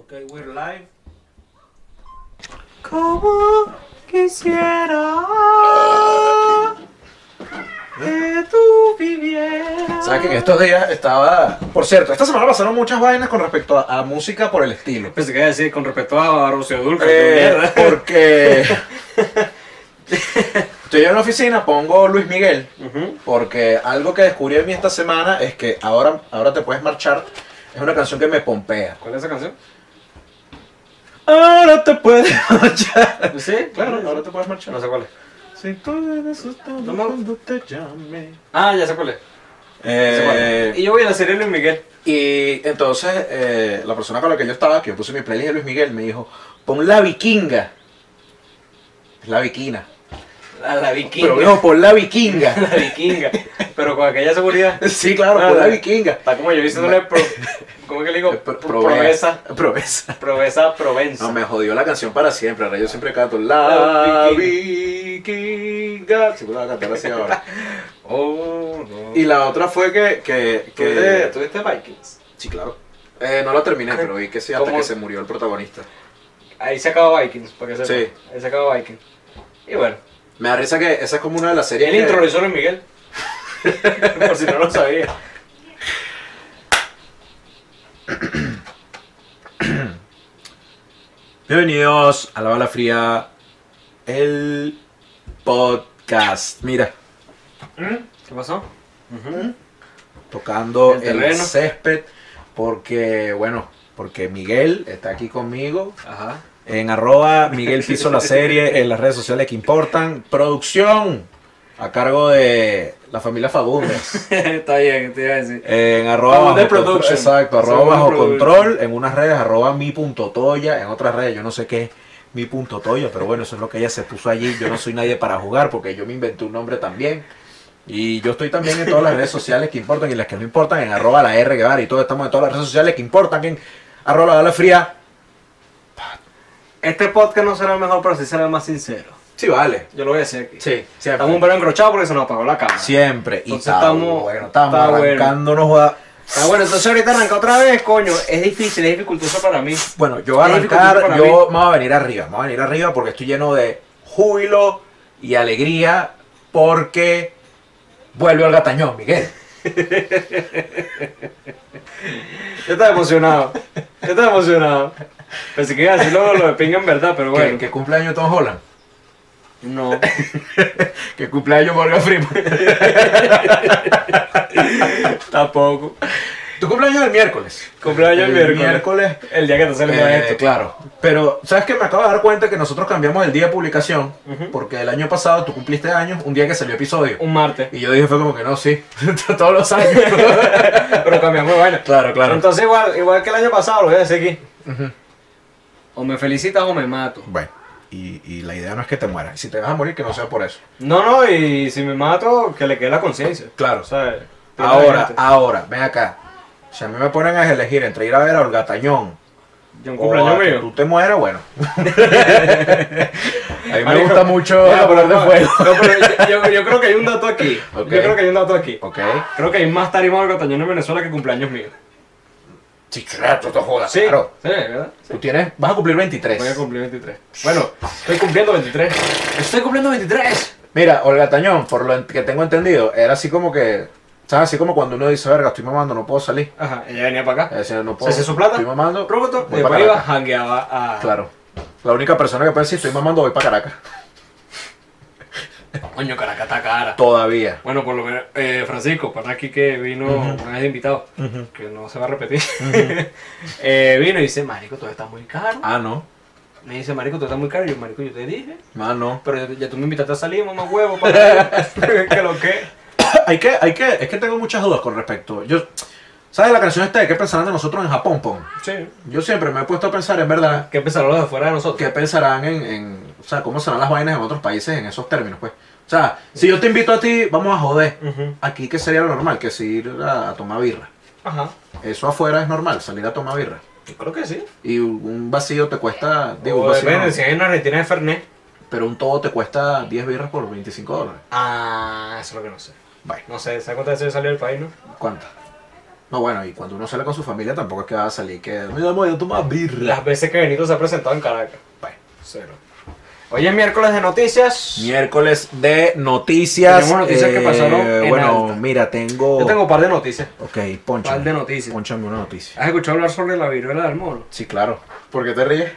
Okay, we're live. Como quisiera que tú vivieras. ¿Sabes que en estos días estaba.? Por cierto, esta semana pasaron muchas vainas con respecto a, a música por el estilo. Pensé que iba a decir con respecto a Rocío Dulce. Eh, qué mierda. porque. Estoy yo en la oficina, pongo Luis Miguel. Ujú. Porque algo que descubrí en mí esta semana es que ahora, ahora te puedes marchar. Es una canción que me pompea. ¿Cuál es esa canción? Ahora te puedes marchar. Sí, Claro, ahora te puedes No marchar. sé cuál es. Si tú eres asustado No me- cuando te llame. Ah, ya sé cuál es. Ya sé cuál es. Eh, Y yo voy a la serie Luis Miguel. Y entonces eh, la persona con la que yo estaba, que yo puse mi playlist de Luis Miguel, me dijo, pon la vikinga. Es la vikina. A la Pero vikinga. no, pon la La vikinga. vikinga. Pero con aquella seguridad. sí, claro, Ah, pon la la- vikinga. Está como yo hice una pro... ¿Cómo que le digo? Eh, Pro- Proeza. Proeza. Proeza, No, Provenza. me jodió la canción para siempre. Ahora yo siempre canto la, La vikinga. Siempre la voy a cantar así ahora. Oh, no. Y la otra fue que... que, que- ¿Tuviste, tuviste Vikings? Sí, claro. Eh, no la terminé, pero vi que sí, hasta ¿Cómo? que se murió el protagonista. Ahí se acaba Vikings, para que sepa. Sí. Ahí se acaba Vikings. Y bueno, Me da risa que esa es como una de las series el que- intro lo hizo Luis Miguel. Por si no lo sabía. Bienvenidos a La Bala Fría, el podcast. Mira, ¿Mm? ¿Qué pasó? ¿Mm? tocando El el, terreno. césped, porque, bueno, porque Miguel está aquí conmigo. Ajá. En arroba Miguel Piso la serie, en las redes sociales que importan. Producción a cargo de la familia Fagundes. Está bien, te iba a decir. En arroba Fagundes bajo control- Production. Exacto, arroba Fagundes bajo Production. control. En unas redes, arroba mi punto toya. En otras redes, yo no sé qué es mi punto toya, pero bueno, eso es lo que ella se puso allí. Yo no soy nadie para jugar porque yo me inventé un nombre también. Y yo estoy también en todas las redes sociales que importan y las que no importan, en arroba la R Guevara y todos estamos en todas las redes sociales que importan, en arroba la Bala fría. Este podcast no será el mejor, pero sí será el más sincero. Sí, vale. Yo lo voy a decir aquí. Sí, siempre. Estamos un pelo encrochado porque se nos apagó la cámara. Siempre. Y Entonces está estamos- bueno, estamos está bueno. arrancándonos a- Ah, bueno, entonces ahorita arranca otra vez, coño. Es difícil, es dificultoso para mí. Bueno, yo voy a Es difícil arrancar, para yo me voy a venir arriba, me voy a venir arriba porque estoy lleno de júbilo y alegría porque vuelve al gatañón, Miguel. Yo estaba emocionado. Yo estaba emocionado. Pensé que iba a decir luego lo de pinga en verdad, pero Que, bueno. que cumpleaños Tom Holland. No. Que cumpleaños Morgan Freeman. Tampoco. tu cumpleaños es el miércoles. Cumpleaños el miércoles. El día que te sale eh, más esto. claro. Pero, ¿sabes qué? Me acabo de dar cuenta que nosotros cambiamos el día de publicación Ujú. porque el año pasado tú cumpliste años un día que salió episodio. Un martes. Y yo dije, fue como que no, sí. Todos los años. Pero cambiamos de vaina. claro, claro. Entonces, igual, igual que el año pasado, lo voy a decir aquí. O me felicitas o me mato. Bueno, y, y la idea no es que te mueras. Si te vas a morir, que no sea por eso. No, no, y si me mato, que le quede la conciencia. Claro. O sea, Ahora, ah, finalmente. ahora, ven acá. Si a mí me ponen a elegir entre ir a ver a Olga Tañón Yo un o a cumpleaños que mío. tú te mueras, bueno. a mí me Marico, gusta mucho bueno, hablar de pero- fuego. No, pero yo, yo- yo creo que hay un dato aquí. Ok. Yo creo que hay un dato aquí. Ok. Creo que hay más tarimas de Catañón en Venezuela que cumpleaños míos. Sí, claro, tú te jodas. Sí, Claro. sí, ¿verdad? Tú tienes, vas a cumplir 23. Voy a cumplir 23. Bueno, estoy cumpliendo 23. ¡Estoy cumpliendo 23! Mira, Olga Tañón, por lo en- que tengo entendido, era así como que, ¿sabes? Así como cuando uno dice, verga, estoy mamando, no puedo salir. Ajá, ella venía para Es acá. decir, no Se puedo. hacía su plata. Estoy mamando. Roboto, eh, voy y para después iba, Caracas. jangueaba a. Claro. La única persona que puede decir, estoy mamando, voy para Caracas. Coño, Caracata cara. Todavía. Bueno, por lo menos, eh, Francisco, para aquí que vino una vez de invitado, que no se va a repetir, eh, vino y dice, marico, todo está muy caro. Ah, no. Me dice, marico, todo está muy caro. Y yo, marico, yo te dije, Ah, no. pero ya, ya tú me invitaste a salir, mamá huevo, para que lo que. hay que, hay que, es que tengo muchas dudas con respecto. Yo, ¿sabes la canción esta de qué pensarán de nosotros en Japón, pon? Sí. Yo siempre me he puesto a pensar, en verdad, Que empezaron los de afuera de nosotros. qué pensarán en, en- o sea, cómo serán las vainas en otros países en esos términos, pues. O sea, si yo te invito a ti, vamos a joder. Ujú. Aquí, ¿qué sería lo normal? Que es ir a, a tomar birra. Ajá. Eso afuera es normal, salir a tomar birra. Yo creo que sí. Y un vacío te cuesta, digo, Digo, un vacío depende, no, si hay una retina de Fernet. pero un todo te cuesta 10 birras por 25 dólares. Ah, eso es lo que no sé. Bueno, No sé, ¿sabes cuántas veces yo salí del país, no? ¿cuántas? No, bueno, y cuando uno sale con su familia tampoco es que va a salir que. Mira, amor, yo tomo birra. Las veces que Benito se ha presentado en Caracas. Bueno, cero. Hoy es miércoles de noticias. Miércoles de noticias. eh, Tenemos noticias que pasaron en bueno, alta. mira, tengo. Yo tengo un par de noticias. Ok, ponchame. Par de noticias. Ponchame una noticia. ¿Has escuchado hablar sobre la viruela del mono? Sí, claro. ¿Por qué te ríes?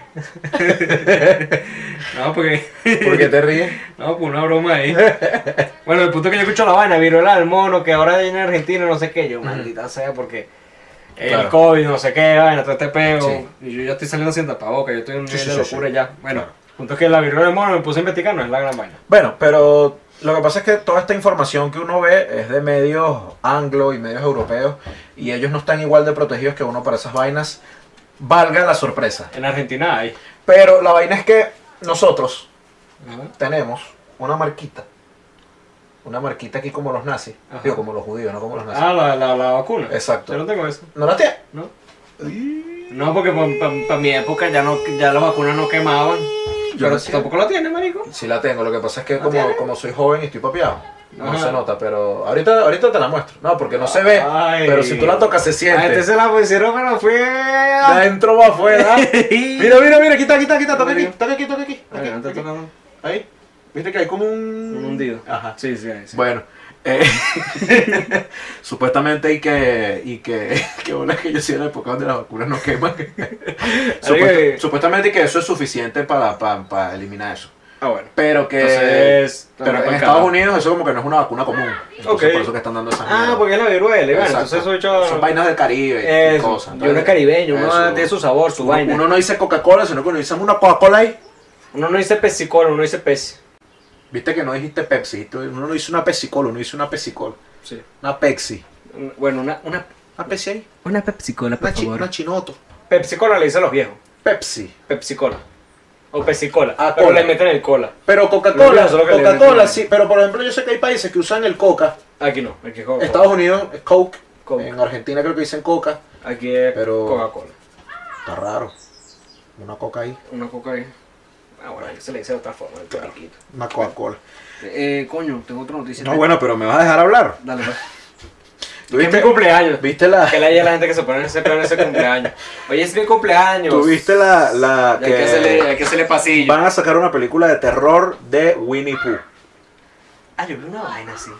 No, porque. ¿Por qué te ríes? No, pues una broma ahí. Bueno, el punto es que yo escucho la vaina, viruela del mono, que ahora viene en Argentina, no sé qué. Yo, maldita sea, porque. El Claro. COVID, no sé qué, vaina, todo este peo. Sí. Y yo ya estoy saliendo sin tapabocas, yo estoy en un Sí, nivel sí, de sí, locura sí. ya. Bueno, Claro. el punto es que la viruela del mono me puse a investigar, no es la gran vaina. Bueno, pero lo que pasa es que toda esta información que uno ve es de medios anglo y medios europeos y ellos no están igual de protegidos que uno para esas vainas. Valga la sorpresa. En Argentina hay. Pero la vaina es que nosotros tenemos una marquita. Una marquita aquí como los nazis. Ajá. Digo, como los judíos, no como los nazis. Ah, la, la, la vacuna. Exacto. Yo no tengo eso, ¿No la tiene? ¿no? No, porque para mi época ya no ya las vacunas no quemaban. Pero no sé. tampoco la tiene, marico. Sí la tengo, lo que pasa es que ¿La como, tiene? como soy joven y estoy papeado, no Ajá. se nota, pero ahorita, ahorita te la muestro. No, porque no se ve, Ay. pero si tú la tocas se siente. Ah, este se la pusieron, pero fue. De adentro va afuera. mira, mira, mira, quita, quita, quita, toca aquí, toca aquí, toca aquí. Ay, no te aquí, aquí. tocan. Ahí. Viste que hay como un... Un hundido. Ajá. Sí, sí, ahí, sí. Bueno, eh, supuestamente y que, y que, que bola que yo soy de la época donde las vacunas no queman. Supuest- que- supuestamente que eso es suficiente para, para, para eliminar eso. Ah, bueno. Pero que. Entonces, pues pero en tampoco Estados acaba. Unidos eso como que no es una vacuna común. Entonces Ok. por eso que están dando esa Ah, porque es la viruela, y bueno, entonces eso hecho. Son vainas del Caribe y Eso. cosas. Y uno es caribeño, uno tiene su sabor, su uno, vaina. uno no dice Coca-Cola, sino que uno dice una Coca-Cola ahí. Uno no dice pesicola, uno dice pez. Viste que no dijiste Pepsi, tú- uno no dice una Pepsi-Cola, uno dice una Pepsi-Cola. Sí. Una Pepsi. Bueno, una, una, Una Pepsi ahí. una pepsicola, Una, chi- una chinoto. Pepsicola le dicen los viejos. Pepsi. Pepsicola. O pesicola. Ah, pero cola. le meten el cola. Pero Lo Coca-Cola, mismo, solo que le Coca-Cola meten- sí, pero por ejemplo yo sé que hay países que usan el Coca. Aquí no, aquí es Coca-Cola. Estados Unidos es Coke. Coke. En Argentina creo que dicen Coca. Aquí es Pero- Coca-Cola. Está raro. Una Coca ahí. Una coca ahí. Ah, bueno, ahí se le dice de otra forma, el periquito. Una Coca-Cola. Eh, coño, tengo otra noticia. No, bueno, pero me vas a dejar hablar. Dale, pues. Es ¿Tú mi viste, cumpleaños. viste la, Que le haya la gente que se pone en ese plan en ese cumpleaños. Oye, es mi cumpleaños. tú viste la, la Ya que, se le, ya que se le pasillo. van a sacar una película de terror de Winnie Pooh? Ah, yo vi una vaina así.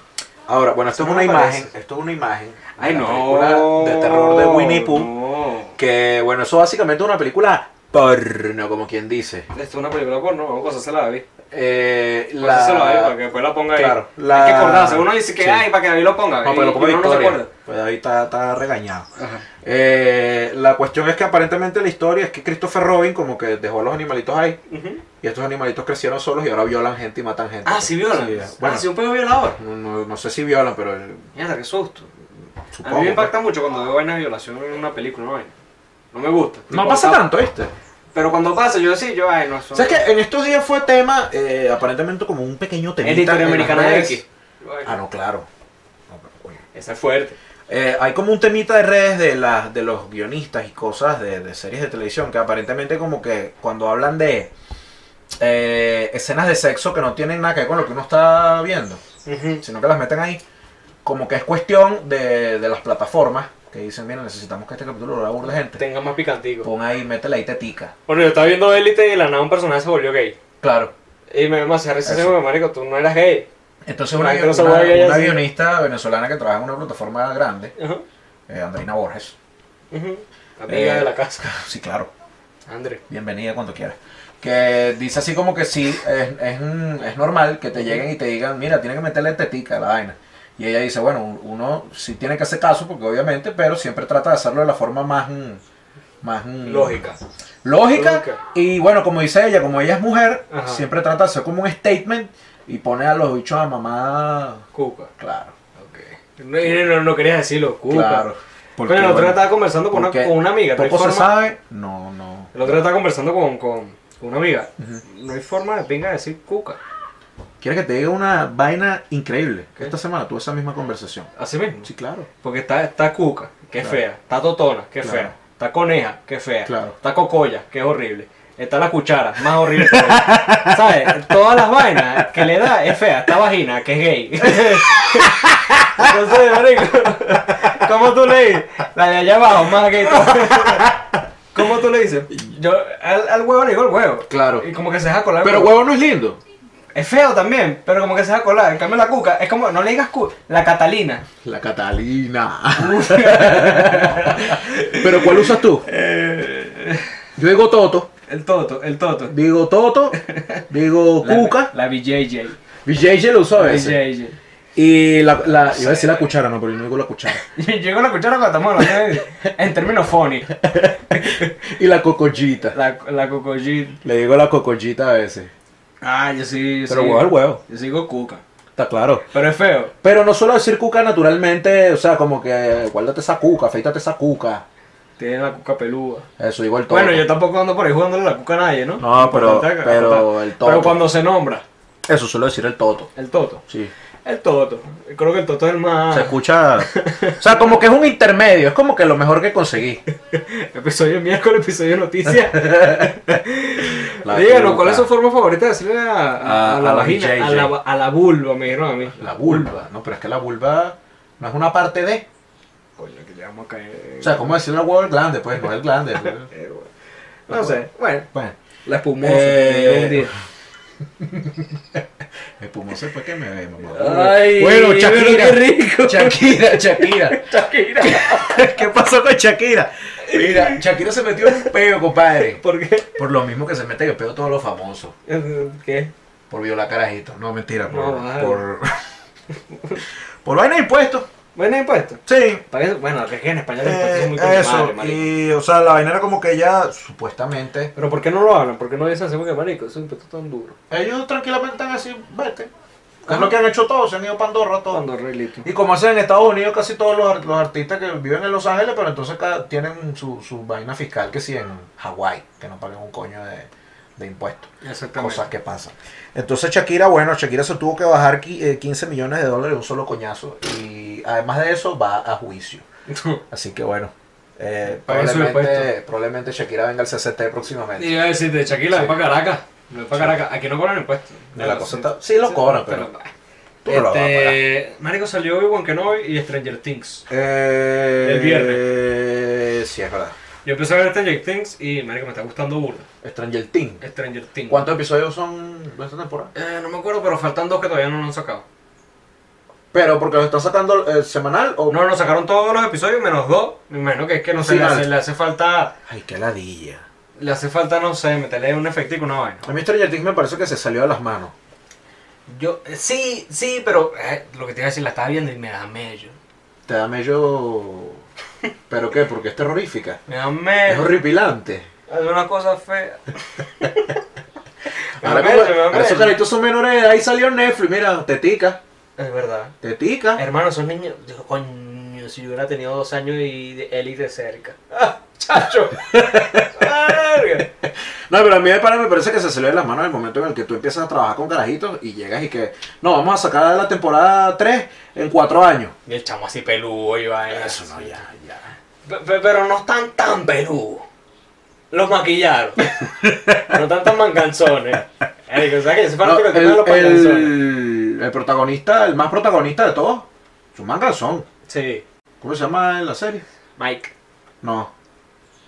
Ahora, bueno, esto Eso es una no me parece. imagen, esto es una imagen. de Ay, la no. película de terror de Winnie Pooh, No. que bueno, eso básicamente es una película porno, como quien dice. Esto es una película porno, vamos a pasársela a David. Eh, La... Pasársela a David para que la después la ponga ahí. Claro, la- Hay que acordarse. Uno dice que, Sí. ay, para que David lo ponga. No, y- pero lo pongo y uno no se Victoria. acuerda. Pues ahí está, está regañado. Ajá. Eh, la cuestión es que aparentemente la historia es que Christopher Robin como que dejó a los animalitos ahí Ujú. y estos animalitos crecieron solos y ahora violan gente y matan gente. Ah, sí violan. bueno, Ah, sí, un pedo violador. no, no- no sé si violan, pero eh, Mierda, qué susto. A supongo. mí me pues. impacta mucho cuando veo vainas de violación en una película, no vaina. No me gusta. No Tipo, pasa está- tanto, ¿viste? Pero cuando pasa, yo sí, yo, ay, no. eso- ¿Sabes que En estos días fue tema, eh, aparentemente como un pequeño tema. Es de historia americana X. Ah, no, claro. No, pero coño. Esa es fuerte. Eh, hay como un temita de redes de, las de los guionistas y cosas de, de series de televisión que aparentemente como que cuando hablan de eh, escenas de sexo que no tienen nada que ver con lo que uno está viendo, sino que las meten ahí, como que es cuestión de, de las plataformas que dicen, mira, necesitamos que este capítulo lo haga burda de gente. Tenga más picantico. Pon ahí, métela ahí tetica. Bueno, yo estaba viendo Élite y de la nada un personaje se volvió gay. Claro. Y me demasiado risa Eso. ese huevo, marico, tú no eras gay. Entonces una, Ay, pero se una- vuelve una así. guionista venezolana que trabaja en una plataforma grande, Ajá. eh, Andreina Borges. Ujú. Amiga Eh. de la casa. Sí, claro. André. bienvenida cuando quieras. Que dice así como que sí, es, es, un- es normal que te lleguen y te digan, mira, tiene que meterle tetica a la vaina. Y ella dice, bueno, un- uno sí tiene que hacer caso, porque obviamente, pero siempre trata de hacerlo de la forma más... mm, más mm, Lógica. lógica. Lógica. Y bueno, como dice ella, como ella es mujer, Ajá. siempre trata de hacer como un statement y pone a los bichos a mamá... Cuca. Claro, Ok. No, y no, no querías decirlo, Cuca. claro. Porque el otro día bueno, estaba conversando con una, porque con una amiga. no hay Poco se forma- sabe, no, no. El otro día estaba conversando con, con con una amiga. No hay forma de pinga de decir Cuca. Quiero que te diga una vaina increíble. Que esta semana tuve esa misma conversación. Así mismo. Sí, claro. Porque está, está Cuca, que es Claro. fea. Está Totona, que es Claro. fea. Está Coneja, que es fea. Claro. Está Cocoya, que es horrible. Está la cuchara, más horrible. todavía. ¿Sabes? Todas las vainas que le da es fea. Está vagina, que es gay. Entonces, marico, ¿cómo tú le dices? La de allá abajo, más gay. todavía. ¿Cómo tú le dices? Yo, al, al huevo le digo el huevo. Claro. Y como que se deja colar. el Pero huevo no es lindo. Es feo también, pero como que se deja colar. En cambio la cuca, es como, no le digas cuca, la Catalina. La Catalina. Pero ¿cuál usas tú? Yo digo Toto, El toto, el toto. digo Toto, digo La- Cuca. La, BJJ. BJJ lo usó a veces. BJJ. Y la, la- iba a decir la cuchara, no, pero yo no digo la cuchara. Llegó la cuchara cuando estamos hablando de- en términos funny. Y la cocollita. La, la cocollita. Le digo la cocollita a veces. Ah, yo sí, yo Pero sí. huevo al huevo, Yo sigo cuca. está claro. Pero es feo. Pero no solo decir cuca naturalmente, o sea, como que guárdate esa cuca, afeítate esa cuca. Tiene la cuca pelúa. Eso digo el Toto. Bueno, yo tampoco ando por ahí jugándole la cuca a nadie, ¿no? No, pero- Importante que- pero el toto. Pero cuando se nombra, Eso suelo decir el Toto. el toto. Sí. El toto. Creo que el toto es el más... Se escucha. O sea, como que es un intermedio, es como que lo mejor que conseguí. Episodio de miércoles, episodio de noticias. La Díganos, vulva. ¿cuál es su forma favorita de decirle a, a- A- a la a la vagina? JJ. A la, a la vulva, me dijeron a mí. La vulva, no, pero es que la vulva no es una parte de. Coño, que ya vamos a caer. O sea, ¿cómo decir la vulva el glande? Pues no es el glande. Eh, bueno. No sé, bueno. Bueno, La espumosa. Eh, que me dio un día. espumoso fue que me ve, mamá. Ay, bueno, pero Shakira. qué rico. Shakira, Shakira. Shakira. ¿Qué pasó con Shakira? Mira, Shakira se metió en un peo, compadre. ¿Por qué? Por lo mismo que se mete en peo todos los famosos. ¿Qué? Por violar carajitos. No, mentira. Por. No, vale. por... por vaina de impuestos. Bueno, impuestos. Sí, Para eso- Bueno, que es que en español el impuesto es Eh, muy eso, complicado, marico. y o sea, la vaina era como que ella supuestamente. Pero ¿por qué no lo hablan? ¿Por qué no dicen así porque marico? Es un impuesto tan duro. Ellos tranquilamente están así, vete. Que Ajá. es lo que han hecho todos, se han ido para Andorra todos. Cuando relito. Y como hacen en Estados Unidos casi todos los, ar- los artistas que viven en Los Ángeles, pero entonces ca- tienen su, su vaina fiscal que sí en Hawái, que no paguen un coño de, de impuestos. Exactamente. Cosas que pasan. Entonces Shakira, bueno, Shakira se tuvo que bajar qui- eh, 15 millones de dólares de un solo coñazo. Y además de eso va a juicio. Así que bueno. eh, Paguen su probablemente, probablemente Shakira venga al CCT próximamente. Y iba a decirte, Shakira, Sí. ven para Caracas. Ven para Caracas. Aquí no cobran impuestos. No, la cosa está- sí lo cobran, pero tú no lo vas a Este, Marico salió Obi-Wan Kenobi y Stranger Things. Eh, El viernes. eh, sí, es verdad. Yo empecé a ver Stranger Things y, marico, me está gustando burda. Stranger Things. Stranger Things. ¿Cuántos episodios son de esta temporada? Eh, no me acuerdo, pero faltan dos que todavía no lo han sacado. Pero porque lo están sacando eh, semanal o No, nos sacaron todos los episodios menos dos. Me imagino que es que no sé, Sí, le, hace, vale. le hace falta, Ay, qué ladilla. le hace falta, no sé, meterle un efectico, una vaina. A mí Stranger Things me parece que se salió de las manos. Yo, eh, sí, sí, pero eh, lo que te iba a decir, la estaba viendo y me da mello. Te da medio. ¿Pero qué? Porque es terrorífica. Me da Es mello. horripilante. Es una cosa fea. Me da Ahora, como, mello, me da ahora esos mello. caritos son menores, ahí salió Netflix. Mira, tetica, Es verdad. tetica. Hermano, son niños. Digo, coño, si yo hubiera tenido dos años y de élite cerca. ¡Ah, chacho! ¡Verga! No, pero a mí de pana me parece que se salió de las manos el momento en el que tú empiezas a trabajar con carajitos y llegas y que. No, vamos a sacar la temporada 3 en 4 años. y el chamo así peludo y vaina. Ah, Eso no, ya, ya. Pe- pe- Pero no están tan peludos. Los maquillaron. no están tan mancanzones. Marico, ¿sabes qué? Ese No, fanático que tiene los el, mancanzones. el- el protagonista, el más protagonista de todos, su manga son. Sí. ¿Cómo se llama en la serie? Mike. No,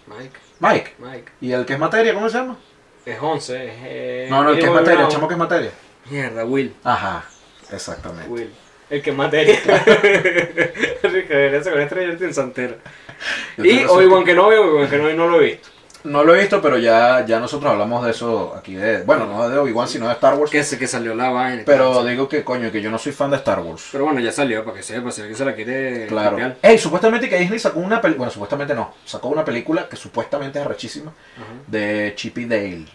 Mike. Mike. Mike. ¿Y el que es materia, cómo se llama? Es 11. Es, eh, no, no, el que es Will materia, el Brown. chamo que es materia. Mierda, Will. Ajá, exactamente. Will. El que es materia. el que regresa con Stranger Things Santera. Yo Y tengo Obi-Wan Kenobi, Obi-Wan Kenobi no lo he visto. No lo he visto, pero ya, ya nosotros hablamos de eso aquí de. Bueno, no de Obi-Wan, sino de Star Wars. sé que salió la vaina. Pero digo que coño, que yo no soy fan de Star Wars. pero bueno, ya salió, para que sepa, si alguien se la quiere Claro. Ey, supuestamente que Disney sacó una película. Bueno, supuestamente no. Sacó una película que supuestamente es rechísima. De Chippy Dale.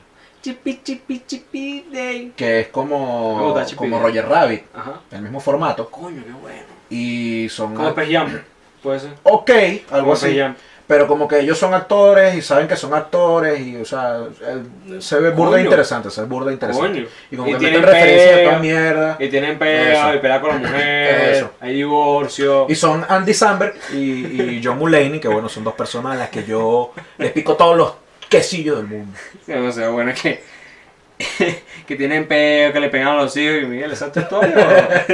Chipi, chipi, chipi, day. Que es Me como, gusta Chip y como Dale. Roger Rabbit. Ajá. El mismo formato. Coño, qué bueno. Y son. Como Pearl Jam, puede ser. Ok, algo Como Pearl así. Jam. Pero como que ellos son actores y saben que son actores y, o sea, el- se ve burda Coño. interesante, se ve burda interesante. Coño. Y como Y que tienen meten referencias a pega. toda mierda. Y tienen peo, Eso. y pelea con la mujer, Eso. hay divorcio. Y son Andy Samberg y, y John Mulaney, que bueno, son dos personas a las que yo les pico todos los quesillo del mundo. Es demasiado bueno que, que tienen peo, que le pegan a los hijos y Miguel, ¿esa es tu historia?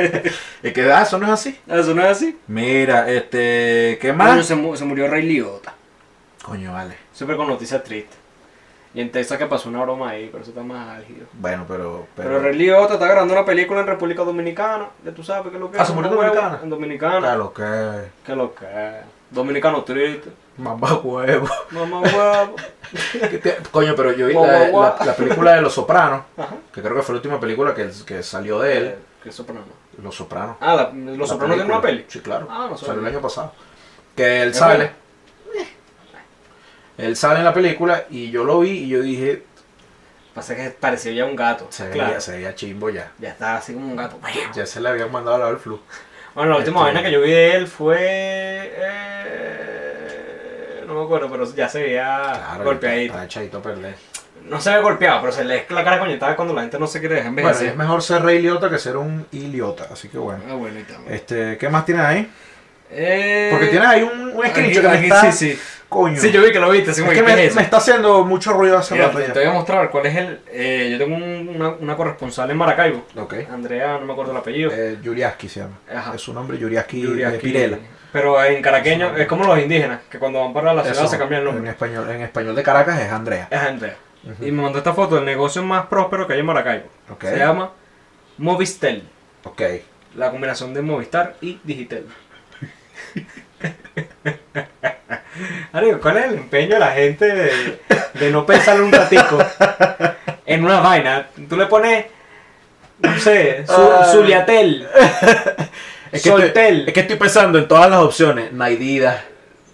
Es que, ah, eso no es así. o- Eso no es así. Mira, este, ¿qué Coño, más? se, mu- se murió Rey Liota. Coño, vale. Siempre con noticias tristes. Y en Texas que pasó una broma ahí, pero eso está más álgido. Bueno, pero... Pero, Rey Liotta está grabando una película en República Dominicana. Ya tú sabes que lo que Ah, ¿se murió en mamá huevo, Dominicana? En Dominicana. Claro que... Que lo que es. Dominicano triste. Mamá huevo. Mamá huevo. Que te- Coño, pero yo vi Guau, la, guau, guau. la- la película de Los Sopranos, Ajá. que creo que fue la última película que, que salió de él. Eh, Que soprano. Los Sopranos. Ah, la- los La sopranos tienen una película. peli. Sí, claro. Ah, no Salió el sabía. año pasado. Que él ¿Es sale. buena? Él sale en la película y yo lo vi y yo dije, Pasa que parecía ya un gato. se veía, claro. se veía chimbo ya. Ya estaba así como un gato. Ya se le habían mandado a lavar el flu. Bueno, la última Este- vaina que yo vi de él fue. eh, no me acuerdo, pero ya se veía Ah, golpeadito. Está echadito a perder. No se ve golpeado, pero se le es la cara coñetada cuando la gente no se quiere dejar Bueno, envejecer. es mejor ser rey idiota que ser un idiota, así que bueno. Ah, bueno, y tal. Este, ¿qué más tienes ahí? Eh, Porque tienes ahí un, un aquí- screenshot que me aquí está... Sí, sí. Coño. Sí, yo vi que lo viste. Así Es como que ¿qué me, es eso? me está haciendo mucho ruido hace Mira, rato te, ya. te voy a mostrar cuál es el. eh, yo tengo un- una, una corresponsal en Maracaibo. Ok. Andrea, no me acuerdo el apellido. Eh, Yuriaski se llama. Ajá. Es su nombre, Yuriaski, Yuriaki. de Pirela. Pero en caraqueño es como los indígenas, que cuando van para la ciudad Eso, se cambian el En nombre. español, en español de Caracas es Andrea. Es Andrea. Y me mandó esta foto del negocio más próspero que hay en Maracaibo. Ok. Se llama Movistel. Ok. La combinación de Movistar y Digitel. Arigo, ¿cuál es el empeño de la gente de, de no pensar un ratico en una vaina? Tú le pones, no sé, su, Ah. Zuliatel, Es que, Soltel, estoy, es que estoy pensando en todas las opciones. Naidida,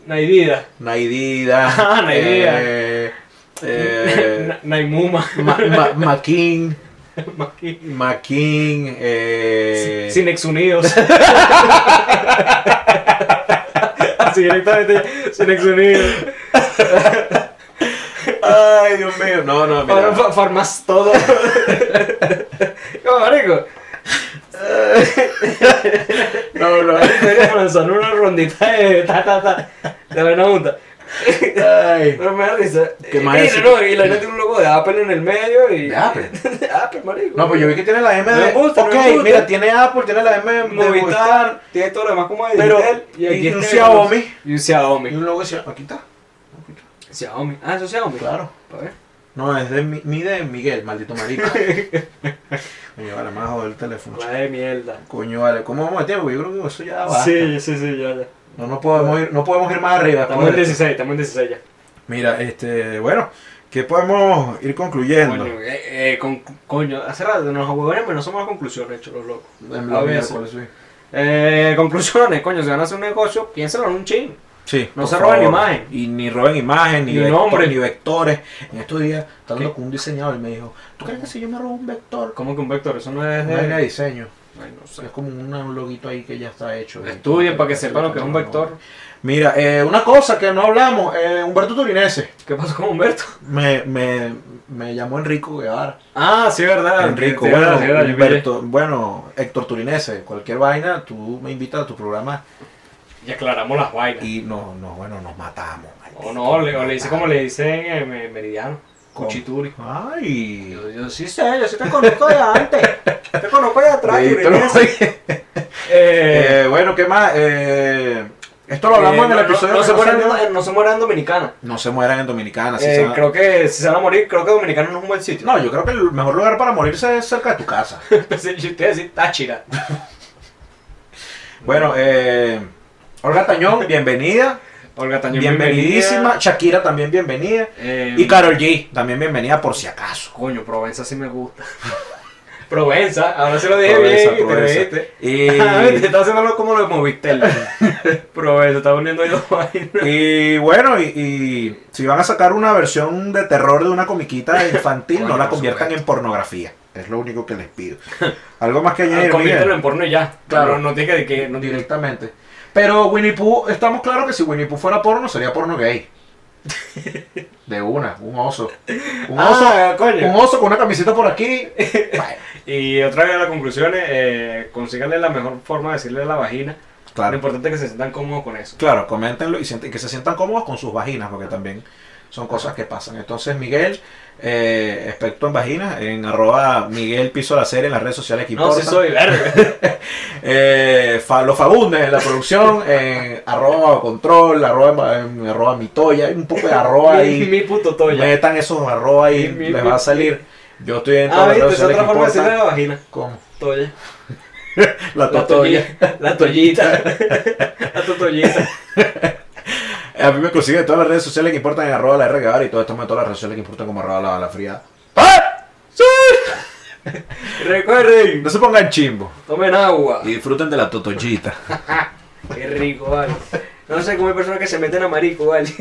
Naidida, Naidida. Ah, Naidida. eh, eh, Na- Naimuma, Ma- Ma- Maquín, Maqui- Maquín, eh, Cinex Unidos. Así directamente, Cinex Unidos. Ay, Dios mío. No, no, Ahora mira. fa- farmas todo. No, marico. No, no. Debería lanzar una rondita de ta ta ta. De buena punta. Ay. Pero me da risa. ¿Qué Y más mira, es? no, y la gente tiene un logo de Apple en el medio y. ¿De Apple? De Apple, marico. Ah, No, pues yo vi que tiene la M de. Me gusta, ok, me gusta. mira, tiene Apple, tiene la M de Movistar. Movistar, tiene todo lo demás como de Pero- Intel, y un este- Xiaomi. Y un Xiaomi. Y un logo decía, aquí está. Aquí está. Xiaomi. Ah, eso es Xiaomi. Claro. Pa' ver. No, es de mi, mi de Miguel, maldito marico. Coño, vale, me ha jodido el teléfono. La de mierda. Coño, vale, ¿cómo vamos de tiempo? Yo creo que eso ya va. Sí, sí, sí, ya, ya. No, no, podemos ir, no podemos ir más arriba. Estamos en coño. 16, estamos en 16 ya. Mira, este, bueno, ¿qué podemos ir concluyendo? Coño, eh, eh, con, coño, hace rato nos huevonemos y no somos a conclusiones, hecho los locos. En a los veces. miércoles, sí. Eh, conclusiones, coño, si van a hacer un negocio, piénselo en un chin. Sí, No por se roben favor. imagen. Y ni roben imagen, ni, Ni vector- nombre. ni vectores. En estos días, estando ¿Qué? con un diseñador, me dijo, ¿tú crees que si yo me robo un vector? ¿Cómo que un vector? Eso no es No hay de... diseño. Ay, no sé. Es como una- un loguito ahí que ya está hecho. Estudien para que sepan lo que es un vector. Mira, eh, una cosa que no hablamos, eh, Humberto Turinese. ¿Qué pasó con Humberto? Me, me, me llamó Enrico Guevara. Ah, sí, verdad. Enrico, Sí, bueno, verdad, sí, verdad, yo Humberto, bueno, Héctor Turinese, cualquier vaina, tú me invitas a tu programa pillé. Y aclaramos las vainas. y no, no, bueno, nos matamos. maldito, O no, o le, o nos le dice matamos. como le dicen en eh, Meridiano. ¿Cómo? Cuchituri. Ay. Yo, yo sí sé, yo sí te conozco de antes. te conozco de atrás. Leí, Turinese. pero- Eh, Eh, bueno, ¿qué más? Eh, esto lo hablamos eh, en el no- episodio. No, no, que se mueran, salió. en- no se mueran en Dominicana. No se mueran en Dominicana. Ah, sí Eh, se van- Creo que si se van a morir, creo que Dominicana no es un buen sitio. No, yo creo que el mejor lugar para morirse es cerca de tu casa. Pensé, yo te iba a decir Táchira. Bueno, eh, Olga Tañón, bienvenida. Olga Tañón, Bienvenidísima. Shakira también bienvenida. Eh, Eh, Y Carol G también bienvenida por si acaso. Coño, Provenza sí me gusta. Provenza, ahora se lo dije Provenza, bien Provenza. y te reíste. Y- Ah, viste, está haciéndolo como lo de Movistel. Provenza, está uniendo ahí dos vainas. Y bueno, y, y si van a sacar una versión de terror de una comiquita infantil, Coño, no la por conviertan supuesto. en pornografía. Es lo único que les pido. Algo más que añadir. Conviértelo Miguel? Ah, en porno y ya. Claro. No, no tiene que. que- no tiene- directamente. Pero Winnie Pooh, estamos claros que si Winnie Pooh fuera porno, sería porno gay. De una, un oso. Un oso, Ah, coño. un oso con una camiseta por aquí. Bueno, Y otra vez la conclusión es: eh, consíganle la mejor forma de decirle a la vagina. Lo claro, importante es que se sientan cómodos con eso. claro, coméntenlo y sienten- que se sientan cómodos con sus vaginas, porque también Son cosas que pasan. Entonces, Miguel, eh, experto en vaginas, en arroba Miguel Piso la serie en las redes sociales que No, si importan. soy verga. Eh, fa- los Fagundes en la producción, en arroba bajo control, arroba, en arroba mitoya, hay un poco de arroba mi, ahí. mi puto toya. Metan esos arroba ahí, Mi- mi- les mi- va a salir. Yo estoy en todas Ah, las viste, redes es sociales que otra forma de decirle importan. la vagina. ¿Cómo? Toya. La La totoya. tollita. La tollita. La totollita. A mí me consiguen en todas las redes sociales que importan en arroba la RGAR y todo esto en todas las redes sociales que importan como arroba la, la fría. Recuerden, No se pongan chimbo tomen agua. y disfruten de la totoyita. Qué rico, vale. No sé cómo hay personas que se meten a marico, vale.